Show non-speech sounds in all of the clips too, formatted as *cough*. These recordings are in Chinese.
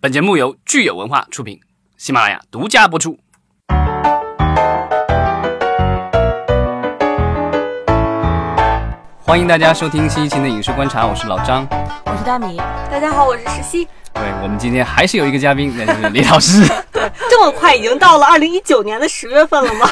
本节目由聚友文化出品，喜马拉雅独家播出。欢迎大家收听新一期的《影视观察》，我是老张。我是大米，大家好，我是石溪。对我们今天还是有一个嘉宾，那就是李老师。这么快已经到了二零一九年的十月份了吗？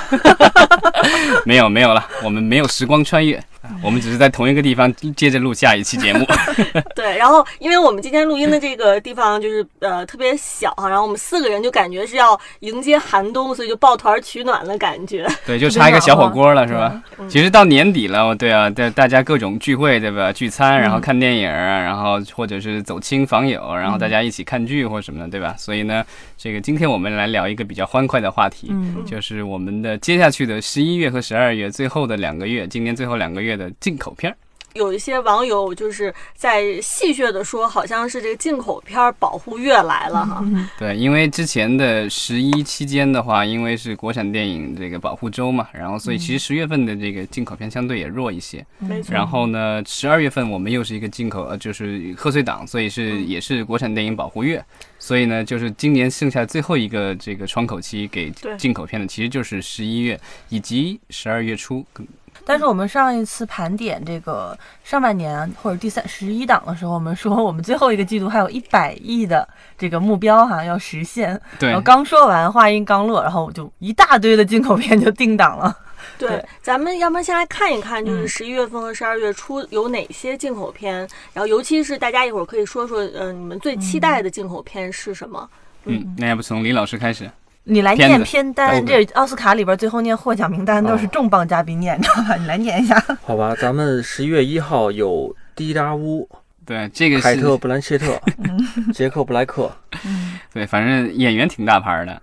没有没有了，我们没有时光穿越，我们只是在同一个地方接着录下一期节目。 *laughs* 对，然后因为我们今天录音的这个地方就是呃特别小哈，然后我们四个人就感觉是要迎接寒冬，所以就抱团取暖的感觉。对，就差一个小火锅了，是嗯吧？其实到年底了，对啊，大大家各种聚会，对吧？聚餐，然后看电影，啊然后或者是走亲访友，然后大家一起看剧或什么的，对吧？所以呢，这个今天我们来聊一个比较欢快的话题，嗯就是我们的接下去的十一月和十二月最后的两个月，今年最后两个月的进口片儿。有一些网友就是在戏谑的说，好像是这个进口片儿保护月来了哈。嗯对，因为之前的十一期间的话，因为是国产电影这个保护周嘛，然后所以其实十月份的这个进口片相对也弱一些。没错然后呢，十二月份我们又是一个进口，呃，就是贺岁档，所以是也是国产电影保护月，所以呢，就是今年剩下最后一个这个窗口期给对进口片的，其实就是十一月以及十二月初。但是我们上一次盘点这个上半年或者第三十一档的时候，我们说我们最后一个季度还有一百亿的这个目标哈、要实现。对然后，刚说完，话音刚落，然后我就一大堆的进口片就定档了。对对，咱们要不然先来看一看，就是嗯十一月份和十二月初有哪些进口片，然后尤其是大家一会儿可以说说，呃，你们最期待的进口片是什么？嗯，那要不从李老师开始？你来片念子片来我单，们这奥斯卡里边最后念获奖名单都是重磅嘉宾念，知道吧？你来念一下。好吧，咱们十一月一号有滴答乌、对，这个凯特·是嗯布兰 *laughs* 切特、杰克·布莱克，对，反正演员挺大牌的。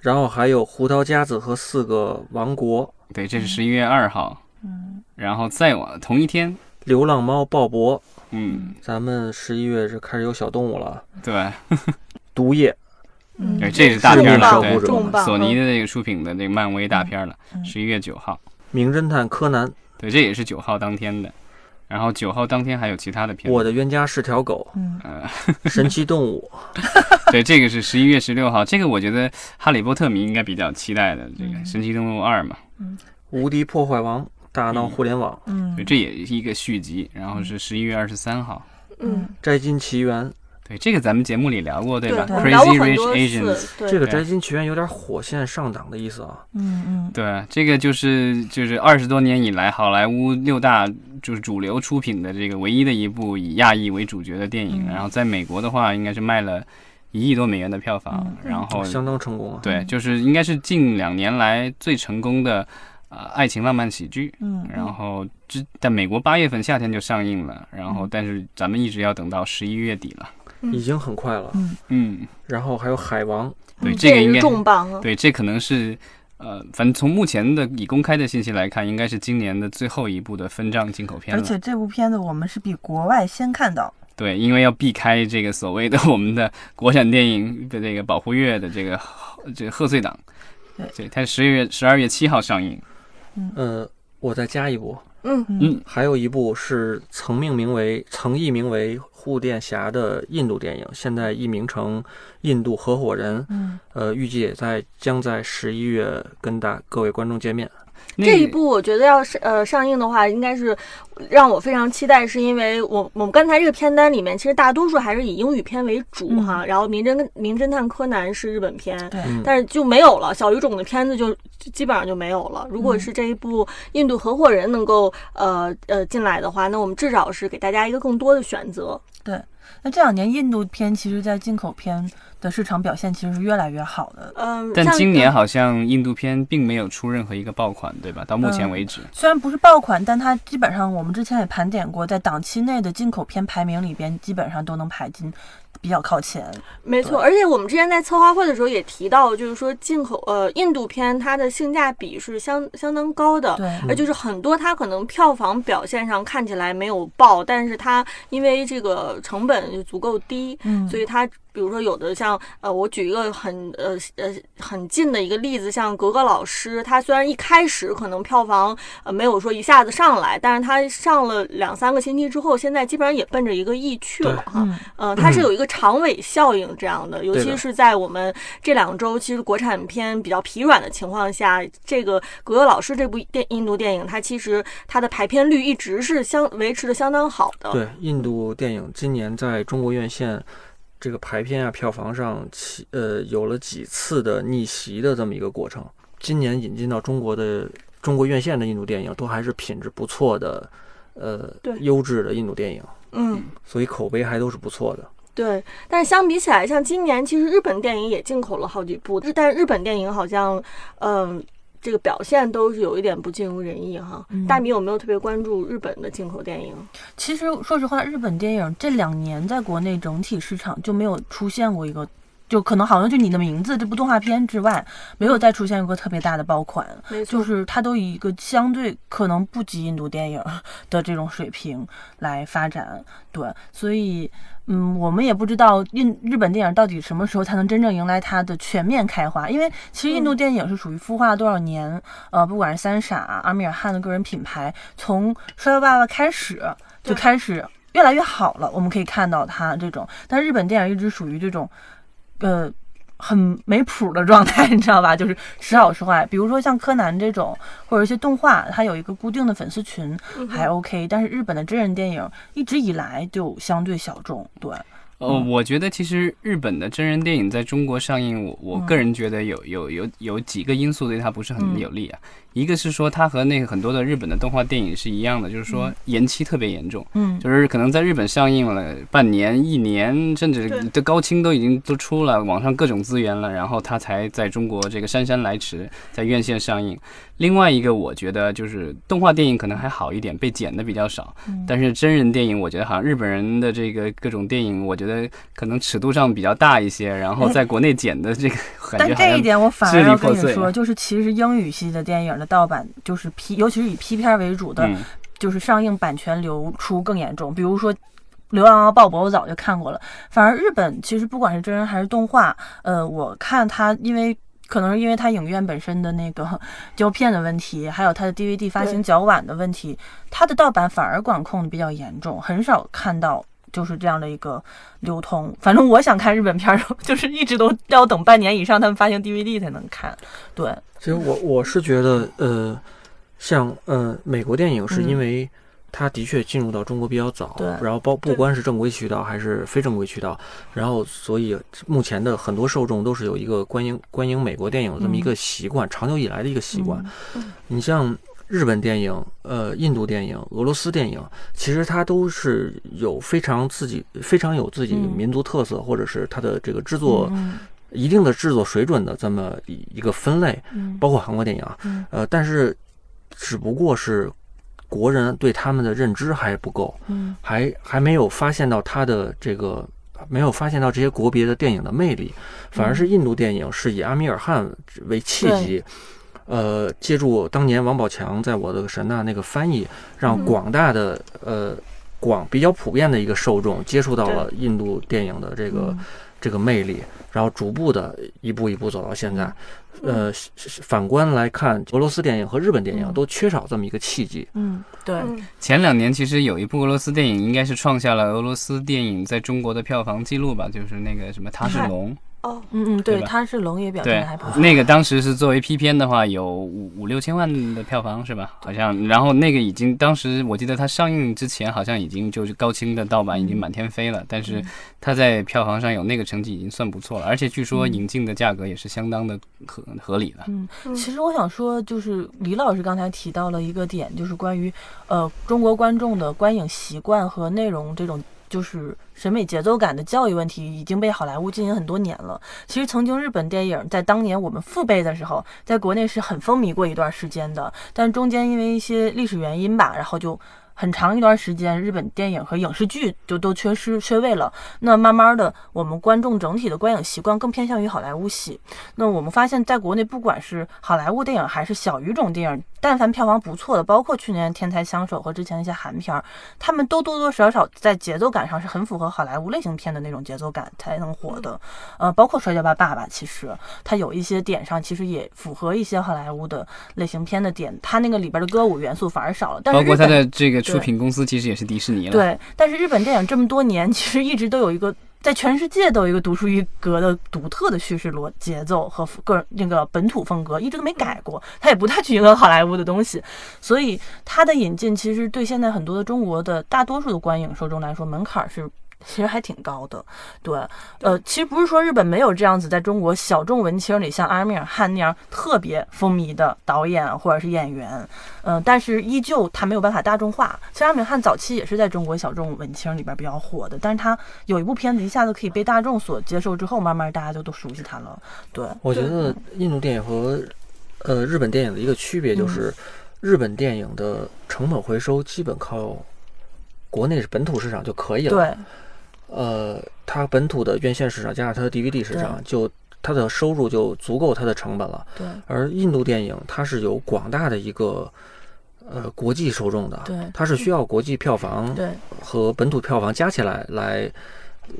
然后还有胡桃夹子和四个王国、对，这是十一月二号。嗯，然后再往同一天，流浪猫鲍勃。嗯，咱们十一月是开始有小动物了，对，毒液。嗯对，哎这是大致片命了，守对护者重磅嗯索尼的这个出品的这个漫威大片了，十一月九号，名侦探柯南，对，这也是九号当天的。然后九号当天还有其他的片我子，呃的冤家是条狗，嗯神奇动物，对，这个是十一月十六号，这个我觉得《哈利波特》迷应该比较期待的，这个嗯《神奇动物二》嘛，无敌破坏王，大闹互联网，对，嗯这也是一个续集。然后是十一月二十三号，嗯，摘金奇缘。对，这个咱们节目里聊过，对对，吧我们聊过？Crazy 很 Rich 多 Asians，次，对，嗯这个对摘金奇缘有点火线上档的意思啊。嗯嗯，对，这个就是就是二十多年以来好莱坞六大就是主流出品的这个唯一的一部以亚裔为主角的电嗯影，然后在美国的话，应该是卖了一亿多美元的票房，嗯然后相当成功啊！对，就是应该是近两年来最成功的呃爱情浪漫喜剧。嗯然后之在美国八月份夏天就上映了，然后但是咱们一直要等到十一月底了。已经很快了。嗯，然后还有海王，对，嗯这个也应是该重磅啊。对，这可能是。呃，反正从目前的已公开的信息来看，应该是今年的最后一部的分账进口片而了。且这部片子我们是比国外先看到，对，因为要避开这个所谓的我们的国产电影的这个保护月的这个这个贺岁档对，对，它十月十二月七号上映。呃，我再加一部，嗯，嗯，还有一部是曾命名为曾译名为《护殿侠》的印度电影，现在译名成《印度合伙人》。嗯，呃，预计也在将在十一月跟大各位观众见面。那这一个部我觉得要是呃上映的话，应该是让我非常期待，是因为我我们刚才这个片单里面，其实大多数还是以英语片为主哈，然后《名侦名侦探柯南》是日本片，对嗯，但是就没有了，小语种的片子就就基本上就没有了。如果是这一部《印度合伙人》能够呃呃进来的话，那我们至少是给大家一个更多的选择。那这两年印度片其实，在进口片的市场表现其实是越来越好的。 *laughs* 嗯，但像今年好像印度片并没有出任何一个爆款，对吧？到目前为止，虽然不是爆款，但它基本上我们之前也盘点过，在档期内的进口片排名里边，基本上都能排进比较靠前。没错，而且我们之前在策划会的时候也提到，就是说进口呃印度片它的性价比是相相当高的，对，而就是很多它可能票房表现上看起来没有爆，但是它因为这个成本就足够低，嗯所以它比如说有的像呃，我举一个很呃呃很近的一个例子，像格格老师，他虽然一开始可能票房呃没有说一下子上来，但是他上了两三个星期之后，现在基本上也奔着一个亿去了哈。嗯呃，它是有一个长尾效应这样的，尤其是在我们这两周其实国产片比较疲软的情况下，这个格格老师这部电印度电影，它其实它的排片率一直是相维持的相当好的。对，印度电影今年在中国院线这个排片啊、票房上起呃有了几次的逆袭的这么一个过程。今年引进到中国的中国院线的印度电影，都还是品质不错的，呃对，优质的印度电影，嗯，所以口碑还都是不错的。对。但是相比起来，像今年其实日本电影也进口了好几部，但是日本电影好像，嗯、这个表现都是有一点不尽如人意哈。嗯大米有没有特别关注日本的进口电影？其实说实话，日本电影这两年在国内整体市场就没有出现过一个。就可能好像就你的名字这部动画片之外，没有再出现一个特别大的爆款，没错，就是它都以一个相对可能不及印度电影的这种水平来发展。对，所以嗯，我们也不知道印日本电影到底什么时候才能真正迎来它的全面开花，因为其实印度电影是属于孵化多少年，呃，不管是三傻、阿米尔汗的个人品牌，从《摔跤爸爸》开始就对开始越来越好了，我们可以看到它这种，但日本电影一直属于这种，呃。很没谱的状态，你 *laughs* 知道吧？就是时好时坏。比如说像柯南这种，或者一些动画，它有一个固定的粉丝群，嗯哼还 OK。但是日本的真人电影一直以来就相对小众，对，呃，我觉得其实日本的真人电影在中国上映，我我嗯个人觉得有有有有几个因素对它不是嗯很有利啊。一个是说它和那个很多的日本的动画电影是一样的，就是说延期特别严重，嗯，就是可能在日本上映了半年、一年，甚至对这高清都已经都出了，网上各种资源了，然后它才在中国这个姗姗来迟，在院线上映。另外一个，我觉得就是动画电影可能还好一点，被剪的比较少，嗯但是真人电影，我觉得好像日本人的这个各种电影，我觉得可能尺度上比较大一些，然后在国内剪的这个感但觉好这一像。点我反而支离要跟破你碎说，就是其实英语系的电影的盗版，就是批，尤其是以批片为主的，嗯，就是上映版权流出更严重。比如说《流浪猫鲍勃》，我早就看过了。反而日本其实不管是真人还是动画，呃，我看它因为。可能是因为它影院本身的那个胶片的问题，还有它的 DVD 发行对较晚的问题，它的盗版反而管控的比较严重，很少看到就是这样的一个流通。反正我想看日本片儿， *laughs* 就是一直都要等半年以上，他们发行 DVD 才能看。对，其实我我是觉得，呃，像呃美国电影是因为它的确进入到中国比较早，嗯对然后包不对管是正规渠道还是非正规渠道，然后所以目前的很多受众都是有一个观影观影美国电影的这么一嗯个习惯，长久以来的一个习惯。你像日本电影、呃印度电影、俄罗斯电影，其实它都是有非常自己非常有自己嗯民族特色，或者是它的这个制作嗯，一定的制作水准的这么一一个分类。嗯包括韩国电影啊，嗯呃，但是只不过是国人对他们的认知还不够，嗯还还没有发现到他的这个。没有发现到这些国别的电影的魅力，反而是印度电影是以阿米尔汗为契机，呃，借助当年王宝强在我的神呐那个翻译，让嗯广大的、呃广比较普遍的一个受众接触到对了印度电影的这个、嗯这个魅力，然后逐步的一步一步走到现在。呃，是是反观来看，俄罗斯电影和日本电影嗯都缺少这么一个契机。嗯，对，嗯前两年其实有一部俄罗斯电影，应该是创下了俄罗斯电影在中国的票房记录吧，就是那个什么《他是嗨龙》。哦，嗯嗯，对，对吧他是龙也表现对的还不，错。那个当时是作为 P 片的话，有五五六千万的票房是吧？好像，然后那个已经当时我记得它上映之前，好像已经就是高清的盗版嗯已经满天飞了，但是它在票房上有那个成绩已经算不错了，而且据说嗯引进的价格也是相当的合合理了。嗯其实我想说，就是李老师刚才提到了一个点，就是关于呃中国观众的观影习惯和内容这种。就是审美节奏感的教育问题已经被好莱坞进行很多年了。其实曾经日本电影在当年我们父辈的时候，在国内是很风靡过一段时间的，但中间因为一些历史原因吧，然后就很长一段时间，日本电影和影视剧就都缺失缺位了。那慢慢的，我们观众整体的观影习惯更偏向于好莱坞戏。那我们发现，在国内，不管是好莱坞电影还是小语种电影，但凡票房不错的，包括去年《天才枪手》和之前一些韩片儿，他们都多多少少在节奏感上是很符合好莱坞类型片的那种节奏感才能火的。嗯呃，包括《摔跤吧爸爸》，其实它有一些点上其实也符合一些好莱坞的类型片的点，它那个里边的歌舞元素反而少了。但是包括日它本的这个出品公司其实也是迪士尼了。，对，但是日本电影这么多年， *laughs* 其实一直都有一个在全世界都有一个独树一格的独特的叙事逻节奏和个人那个本土风格，一直都没改过。他也不太去迎合好莱坞的东西，所以它的引进其实对现在很多的中国的大多数的观影受众来说，门槛儿是。其实还挺高的，对，呃，其实不是说日本没有这样子在中国小众文青里像阿米尔汗那样特别风靡的导演或者是演员，嗯、但是依旧他没有办法大众化。其实阿米尔汗早期也是在中国小众文青里边比较火的，但是他有一部片子一下子可以被大众所接受之后，慢慢大家就都熟悉他了，对，嗯我觉得印度电影和呃日本电影的一个区嗯别就是，日本电影的成本回收基本靠国内本土市场就可以了。对，呃，它本土的院线市场加上它的 DVD 市场，就它的收入就足够它的成本了。对，而印度电影它是有广大的一个呃国际受众的，对它是需要国际票房对，和本土票房加起来来。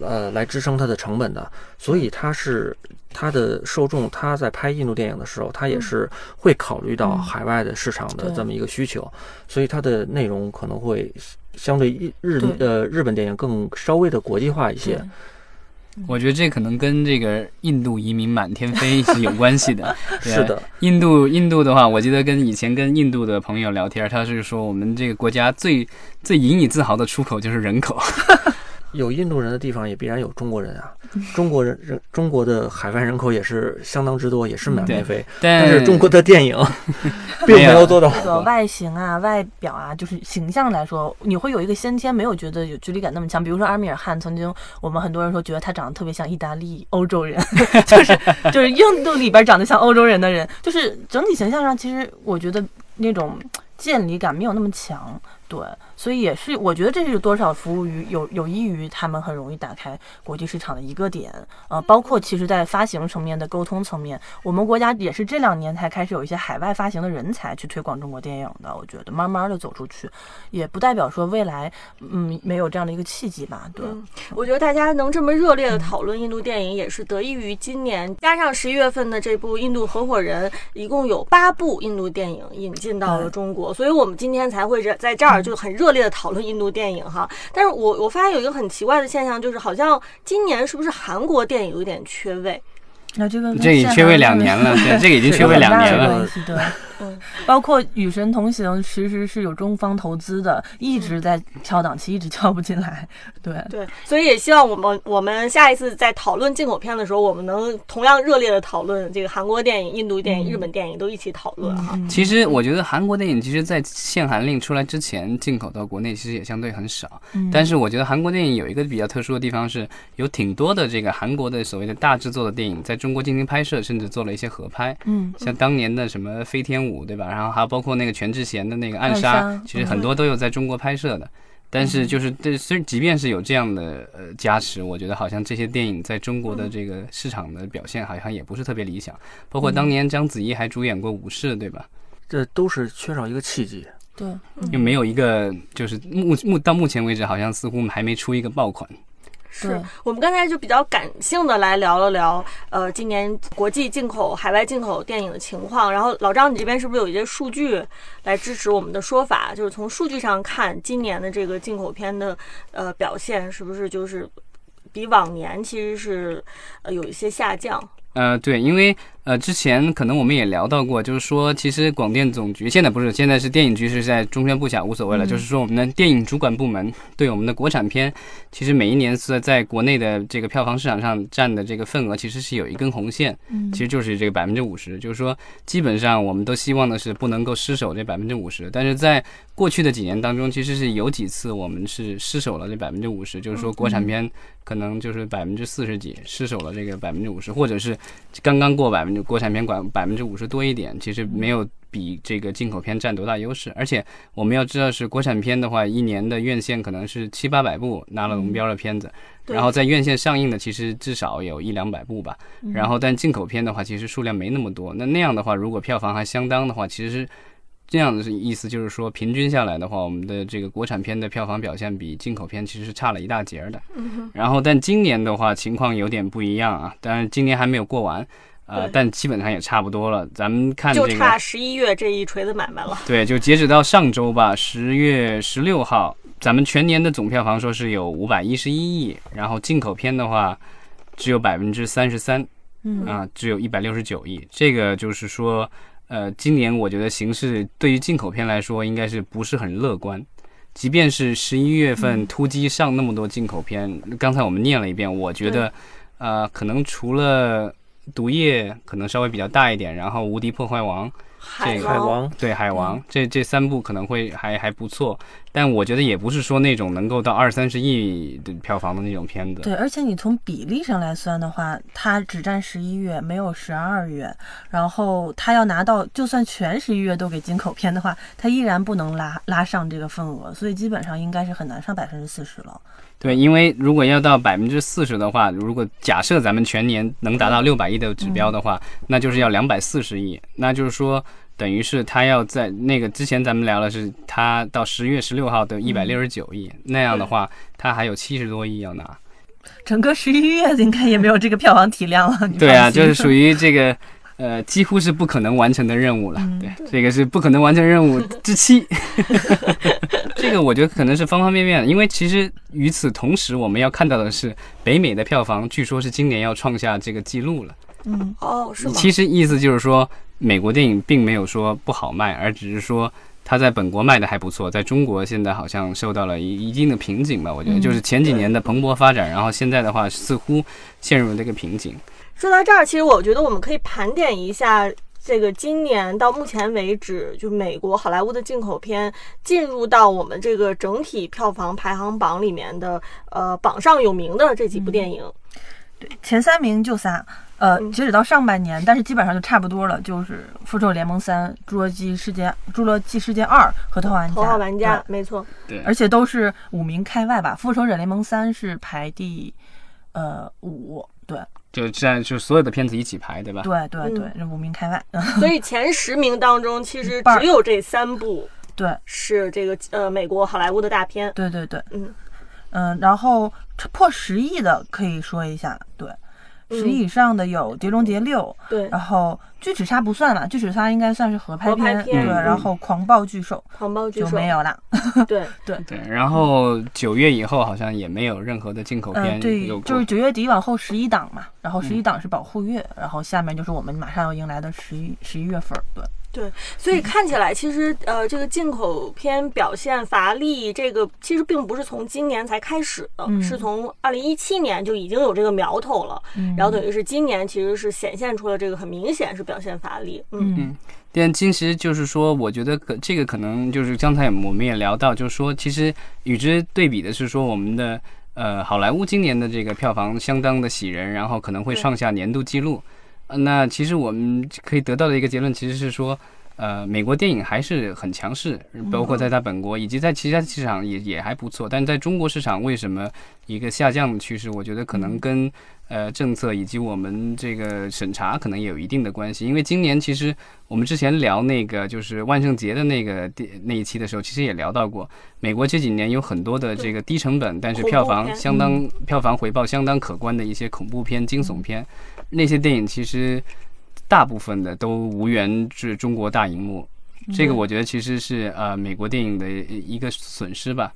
呃，来支撑它的成本的，所以它是它的受众，他在拍印度电影的时候，他也是会考虑到嗯海外的市场的对这么一个需求，所以它的内容可能会相对日日对呃日本电影更稍微的国际化一些。我觉得这可能跟这个印度移民满天飞是有关系 *laughs* 的。对啊是的，印度印度的话，我记得跟以前跟印度的朋友聊天，他是说我们这个国家最最引以自豪的出口就是人 *laughs* 口。有印度人的地方也必然有中国 *laughs* 人啊，中国人人中国的海外人口也是相当之多，也是满天飞，但但是中国的电影 *laughs* 并嗯哎没有做到。这个外形啊、外表啊，就是形象来说，你会有一个先天没有觉得有距离感那么强。比如说阿米尔汗，曾经我们很多人说觉得他长得特别像意大利欧洲人， *laughs* 就是就是印度里边长得像欧洲人的人，就是整体形象上，其实我觉得那种见离感没有那么强。对，所以也是，我觉得这是多少服务于有有益于他们很容易打开国际市场的一个点。呃，包括其实，在发行层面的沟通层面，我们国家也是这两年才开始有一些海外发行的人才去推广中国电影的。我觉得慢慢的走出去，也不代表说未来嗯没有这样的一个契机吧。对，嗯我觉得大家能这么热烈的讨论印度电影，也是得益于今年加上十一月份的这部《印度合伙人》，一共有八部印度电影引进到了中国，所以我们今天才会在在这儿就很热烈的讨论印度电影哈。但是我我发现有一个很奇怪的现象，就是好像今年是不是韩国电影有点缺位？那这个这已缺位两年 *laughs* 了，对，这个已经缺位两年了。了对，包括《与神同行》其实是有中方投资的，一直在敲档期，一直敲不进来。对，对，所以也希望我们我们下一次在讨论进口片的时候，我们能同样热烈的讨论这个韩国电影、印度电影、日本电影都一起讨论哈。嗯其实我觉得韩国电影其实，在限韩令出来之前，进口到国内其实也相对很少。嗯嗯但是我觉得韩国电影有一个比较特殊的地方是，有挺多的这个韩国的所谓的大制作的电影，在中国进行拍摄，甚至做了一些合拍。嗯，像当年的什么《飞天舞》，对吧？然后还有包括那个全智贤的那个《暗暗杀嗯杀》，其实很多都有在中国拍摄的。但是就是这，虽即便是有这样的呃加持，我觉得好像这些电影在中国的这个市场的表现好像也不是特别理想。包括当年章子怡还主演过《武士》，对吧？这都是缺少一个契机。对，又没有一个就是目目到目前为止，好像似乎还没出一个爆款。嗯是对我们刚才就比较感性的来聊了聊，呃，今年国际进口、海外进口电影的情况。然后老张，你这边是不是有一些数据来支持我们的说法？就是从数据上看，今年的这个进口片的呃表现，是不是就是比往年其实是呃有一些下降？呃，对，因为呃，之前可能我们也聊到过，就是说，其实广电总局现在不是，现在是电影局是在中宣部下，无所谓了。就是说，我们的电影主管部门对我们的国产片，其实每一年在在国内的这个票房市场上占的这个份额，其实是有一根红线，其实就是这个百分之五十。就是说，基本上我们都希望的是不能够失守这百分之五十，但是在过去的几年当中，其实是有几次我们是失守了这百分之五十，就是说国产片可能就是百分之四十几失守了这个百分之五十，或者是刚刚过百分之国产片管百分之五十多一点，其实没有比这个进口片占多大优势。而且我们要知道是国产片的话，一年的院线可能是七八百部拿了龙标的片子，对然后在院线上映的其实至少有一两百部吧。嗯然后但进口片的话，其实数量没那么多。那那样的话，如果票房还相当的话，其实。这样的意思就是说，平均下来的话，我们的这个国产片的票房表现比进口片其实是差了一大截儿的。嗯然后，但今年的话情况有点不一样啊，当然今年还没有过完，呃对，但基本上也差不多了。咱们看这嗯就个，差十一月这一锤子买卖了。对，就截止到上周吧，十月十六号，咱们全年的总票房说是有五百一十一亿，然后进口片的话只有百分之三十三，嗯啊，只有一百六十九亿。这个就是说，呃，今年我觉得形势对于进口片来说应该是不是很乐观。即便是十一月份突击上那么多进口片，刚才我们念了一遍，我觉得，呃，可能除了。毒液可能稍微比较大一点，然后《无敌破坏王》海这个海王，王对《海王》这这三部可能会还还不错，但我觉得也不是说那种能够到二三十亿的票房的那种片子。对，而且你从比例上来算的话，它只占十一月，没有十二月。然后它要拿到，就算全十一月都给进口片的话，它依然不能拉拉上这个份额，所以基本上应该是很难上百分之四十了。对，因为如果要到百分之四十的话，如果假设咱们全年能达到六百亿的指标的话，那就是要两百四十亿，那就是说。等于是他要在那个之前，咱们聊的是他到十月十六号的一百六十九亿，那样的话，他还有七十多亿要拿。整个十一月应该也没有这个票房体量了。你对啊，放心就是属于这 *laughs* 个，呃，几乎是不可能完成的任务了。嗯对，这个是不可能完成任务之 *laughs* 七。 *laughs* 这个我觉得可能是方方面面的，因为其实与此同时，我们要看到的是，北美的票房据说是今年要创下这个记录了。嗯，哦，是吗？其实意思就是说，美国电影并没有说不好卖，而只是说。它在本国卖的还不错，在中国现在好像受到了一一定的瓶颈吧，我觉得嗯就是前几年的蓬勃发展，然后现在的话似乎陷入了这个瓶颈。说到这儿，其实我觉得我们可以盘点一下。这个今年到目前为止，就美国好莱坞的进口片进入到我们这个整体票房排行榜里面的，呃，榜上有名的这几部电影，嗯前三名就仨，呃，嗯截止到上半年，但是基本上就差不多了，就是《复仇者联盟三》《侏罗纪世界》《侏罗纪世界二》和《头号玩家》。头号哦玩家》对，没错，而且都是五名开外吧，《复仇者联盟三》是排第呃五，对啊就这样，就所有的片子一起排，对吧？对对对，嗯这五名开外， *laughs* 嗯所以前十名当中，其实一半儿只有这三部对是这个呃美国好莱坞的大片。对对对，嗯嗯、然后破十亿的可以说一下，对，嗯十亿以上的有《碟中谍六》对，然后《锯齿鲨》不算了，《锯齿鲨》应该算是合拍合拍片，片对，嗯然后《狂暴巨兽狂暴》巨就兽没，有了，对，对。然后九月以后好像也没有任何的进口嗯、片对有，过。就是九月底往后十一档嘛，然后十一档是保护月，然后下面就是我们马上要迎来的十一十一月份儿，对。所以看起来，其实呃，这个进口片表现乏力，这个其实并不是从今年才开始的，嗯是从二零一七年就已经有这个苗头了。嗯然后等于是今年其实是显现出了这个很明显是表现乏力。嗯，嗯但其实就是说，我觉得可这个可能就是刚才我们也聊到，就是说，其实与之对比的是说，我们的呃好莱坞今年的这个票房相当的喜人，然后可能会对创下年度记录。呃那其实我们可以得到的一个结论其实是说。呃，美国电影还是很强势，包括在它本国以及在其他市场也也还不错，但是在中国市场为什么一个下降的趋势？我觉得可能跟呃政策以及我们这个审查可能也有一定的关系。因为今年其实我们之前聊那个就是万圣节的那个电那一期的时候，其实也聊到过，美国这几年有很多的这个低成本，但是恐票怖房片相当票房回报相当可观的一些恐怖片、惊悚片，那些电影其实大部分的都无缘至中国大荧幕。这个我觉得其实是呃美国电影的一个损失吧，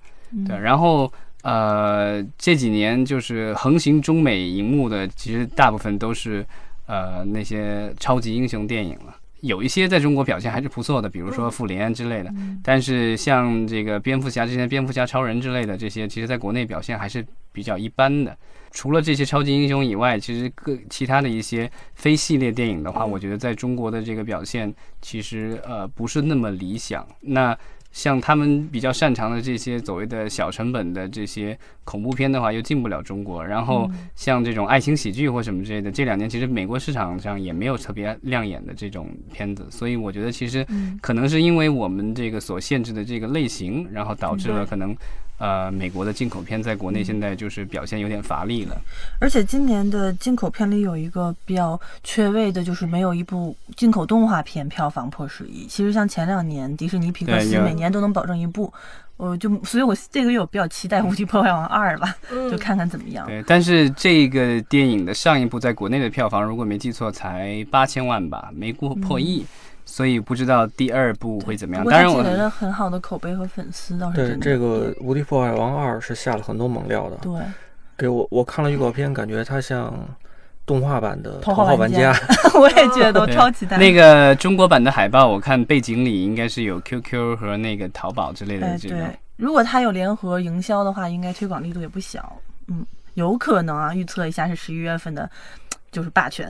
对。然后呃这几年就是横行中美荧幕的，其实大部分都是呃那些超级英雄电影了。有一些在中国表现还是不错的，比如说《复联》之类的，但是像这个蝙蝠侠之前、蝙蝠侠、超人之类的这些，其实在国内表现还是比较一般的。除了这些超级英雄以外，其实各其他的一些非系列电影的话，我觉得在中国的这个表现其实呃不是那么理想。那像他们比较擅长的这些所谓的小成本的这些恐怖片的话，又进不了中国。然后像这种爱情喜剧或什么之类的，这两年其实美国市场上也没有特别亮眼的这种片子。所以我觉得其实嗯可能是因为我们这个所限制的这个类型，然后导致了可能。呃，美国的进口片在国内现在就是表现有点乏力了。而且今年的进口片里有一个比较缺位的，就是没有一部进口动画片票房破十亿。其实像前两年迪士尼、皮克斯对有每年都能保证一部，我就所以，我这个月我比较期待《无敌破坏王二》吧，嗯嗯就看看怎么样。对，但是这个电影的上一部在国内的票房，如果没记错，才八千万吧，没过嗯破亿，所以不知道第二部会怎么样。不过当它然积我累了很好的口碑和粉丝，倒是对 *laughs* 真的。这个《无敌破坏王二》是下了很多猛料的，对， *laughs* 给我我看了预告片，感觉它像动画版的《头头号号玩玩家家》， *laughs* 我也觉得我对超期待。哎那个中国版的海报，我看背景里应该是有 QQ 和那个淘宝之类的哎，这种。对，如果它有联合营销的话，应该推广力度也不小。嗯，有可能啊，预测一下是十一月份的，就是霸权。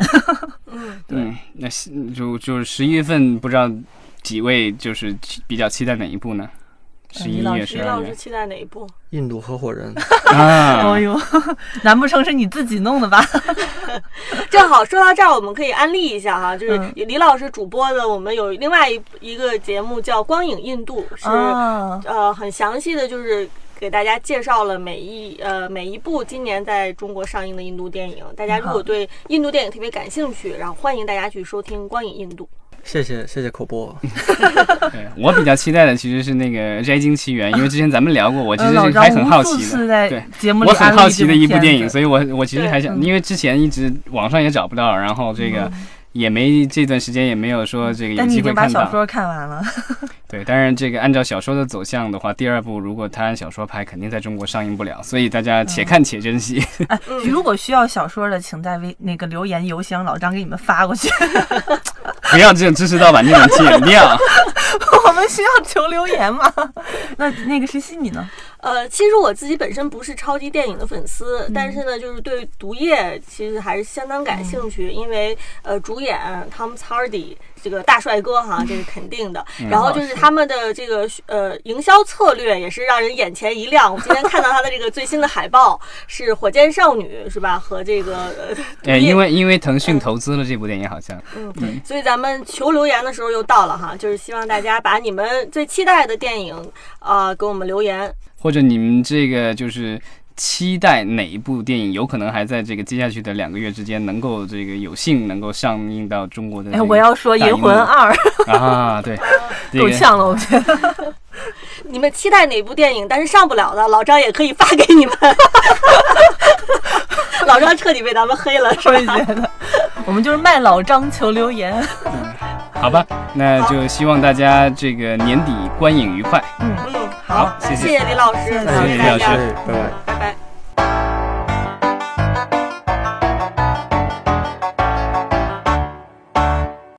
嗯，嗯，那是就就是十一月份，不知道几位就是比较期待哪一部呢？十一呃李老月、师十李二老月师期待哪一部？印度合伙人。 *laughs* 啊哦，呦，难不成是你自己弄的吧？ *laughs* 正好说到这儿，我们可以安利一下哈，就是嗯李老师主播的，我们有另外一一个节目叫《光影印度》，是、啊，呃很详细的就是。给大家介绍了每一呃每一部今年在中国上映的印度电影，大家如果好对印度电影特别感兴趣，然后欢迎大家去收听《光影印度谢谢谢谢口播，对我比较期待的其实是那个《摘金奇缘》，因为之前咱们聊过，我其呃实老是张还很好无数奇的。次在对节目里我很好奇的一部部电影，所以我我其实对还嗯想，因为之前一直网上也找不到，然后这个也没这段时间也没有说这个有但你已机会经把看小到。说看完 *laughs* 了，对，当然这个按照小说的走向的话，第二部如果他按小说拍，肯定在中国上映不了，所以大家嗯且看且珍惜。哎，嗯如果需要小说的，请在微那个留言邮箱，老张给你们发过去。 *laughs* 不要这种知识盗版这种剪 *laughs* 掉。我们需要求留言吗？ *laughs* 那那个石溪你呢？》。呃，其实我自己本身不是超级电影的粉丝，但是呢，就是对《毒液》其实还是相当感兴趣，因为呃，主演 Tom Hardy 这个大帅哥哈，这是肯定的。然后就是他们的这个呃营销策略也是让人眼前一亮。我今天看到他的这个最新的海报是火箭少女是吧？和这个呃呃，因为因为腾讯投资了这部电影，好像所以咱们求留言的时候又到了哈，就是希望大家把你们最期待的电影啊、给我们留言。或者你们这个就是期待哪一部电影，有可能还在这个接下去的两个月之间能够这个有幸能够上映到中国的这个哎，大荧幕。我要说《银魂二》啊，对，这 *laughs* 够个呛了，我觉得。你们期待哪部电影，但是上不了的，老张也可以发给你们。老张彻底被咱们黑了，是我吧也？觉得， *laughs* 我们就是卖老张求留言。好吧，那就希望大家这个年底观影愉快。嗯，嗯，好，谢谢谢李老师，谢谢谢李大老哎谢谢师家，拜拜。拜拜。